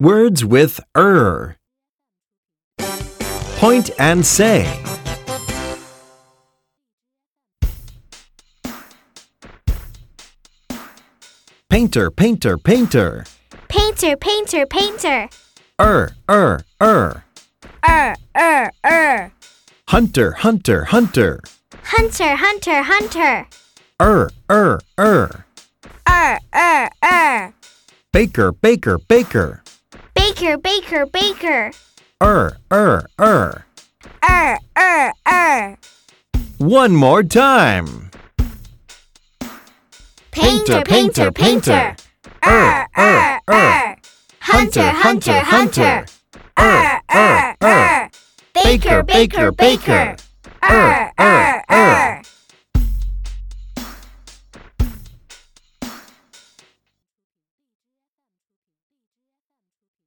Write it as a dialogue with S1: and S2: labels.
S1: Words with er. Point and say. Painter, painter, painter.
S2: Painter, painter, painter.
S1: Er, er, er.
S2: Er, er, er.
S1: Hunter, hunter, hunter.
S2: Hunter, hunter, hunter.
S1: Er, er, er.
S2: Er, er, er.
S1: Baker, baker, baker.
S2: Baker, baker, baker.
S1: Er, er, er.
S2: Er, er, er.
S1: One more time.
S2: Painter, painter, painter.
S1: Er, er, er.
S2: Hunter, hunter, hunter. Er, er, er. Baker, baker, baker. Er, er, er.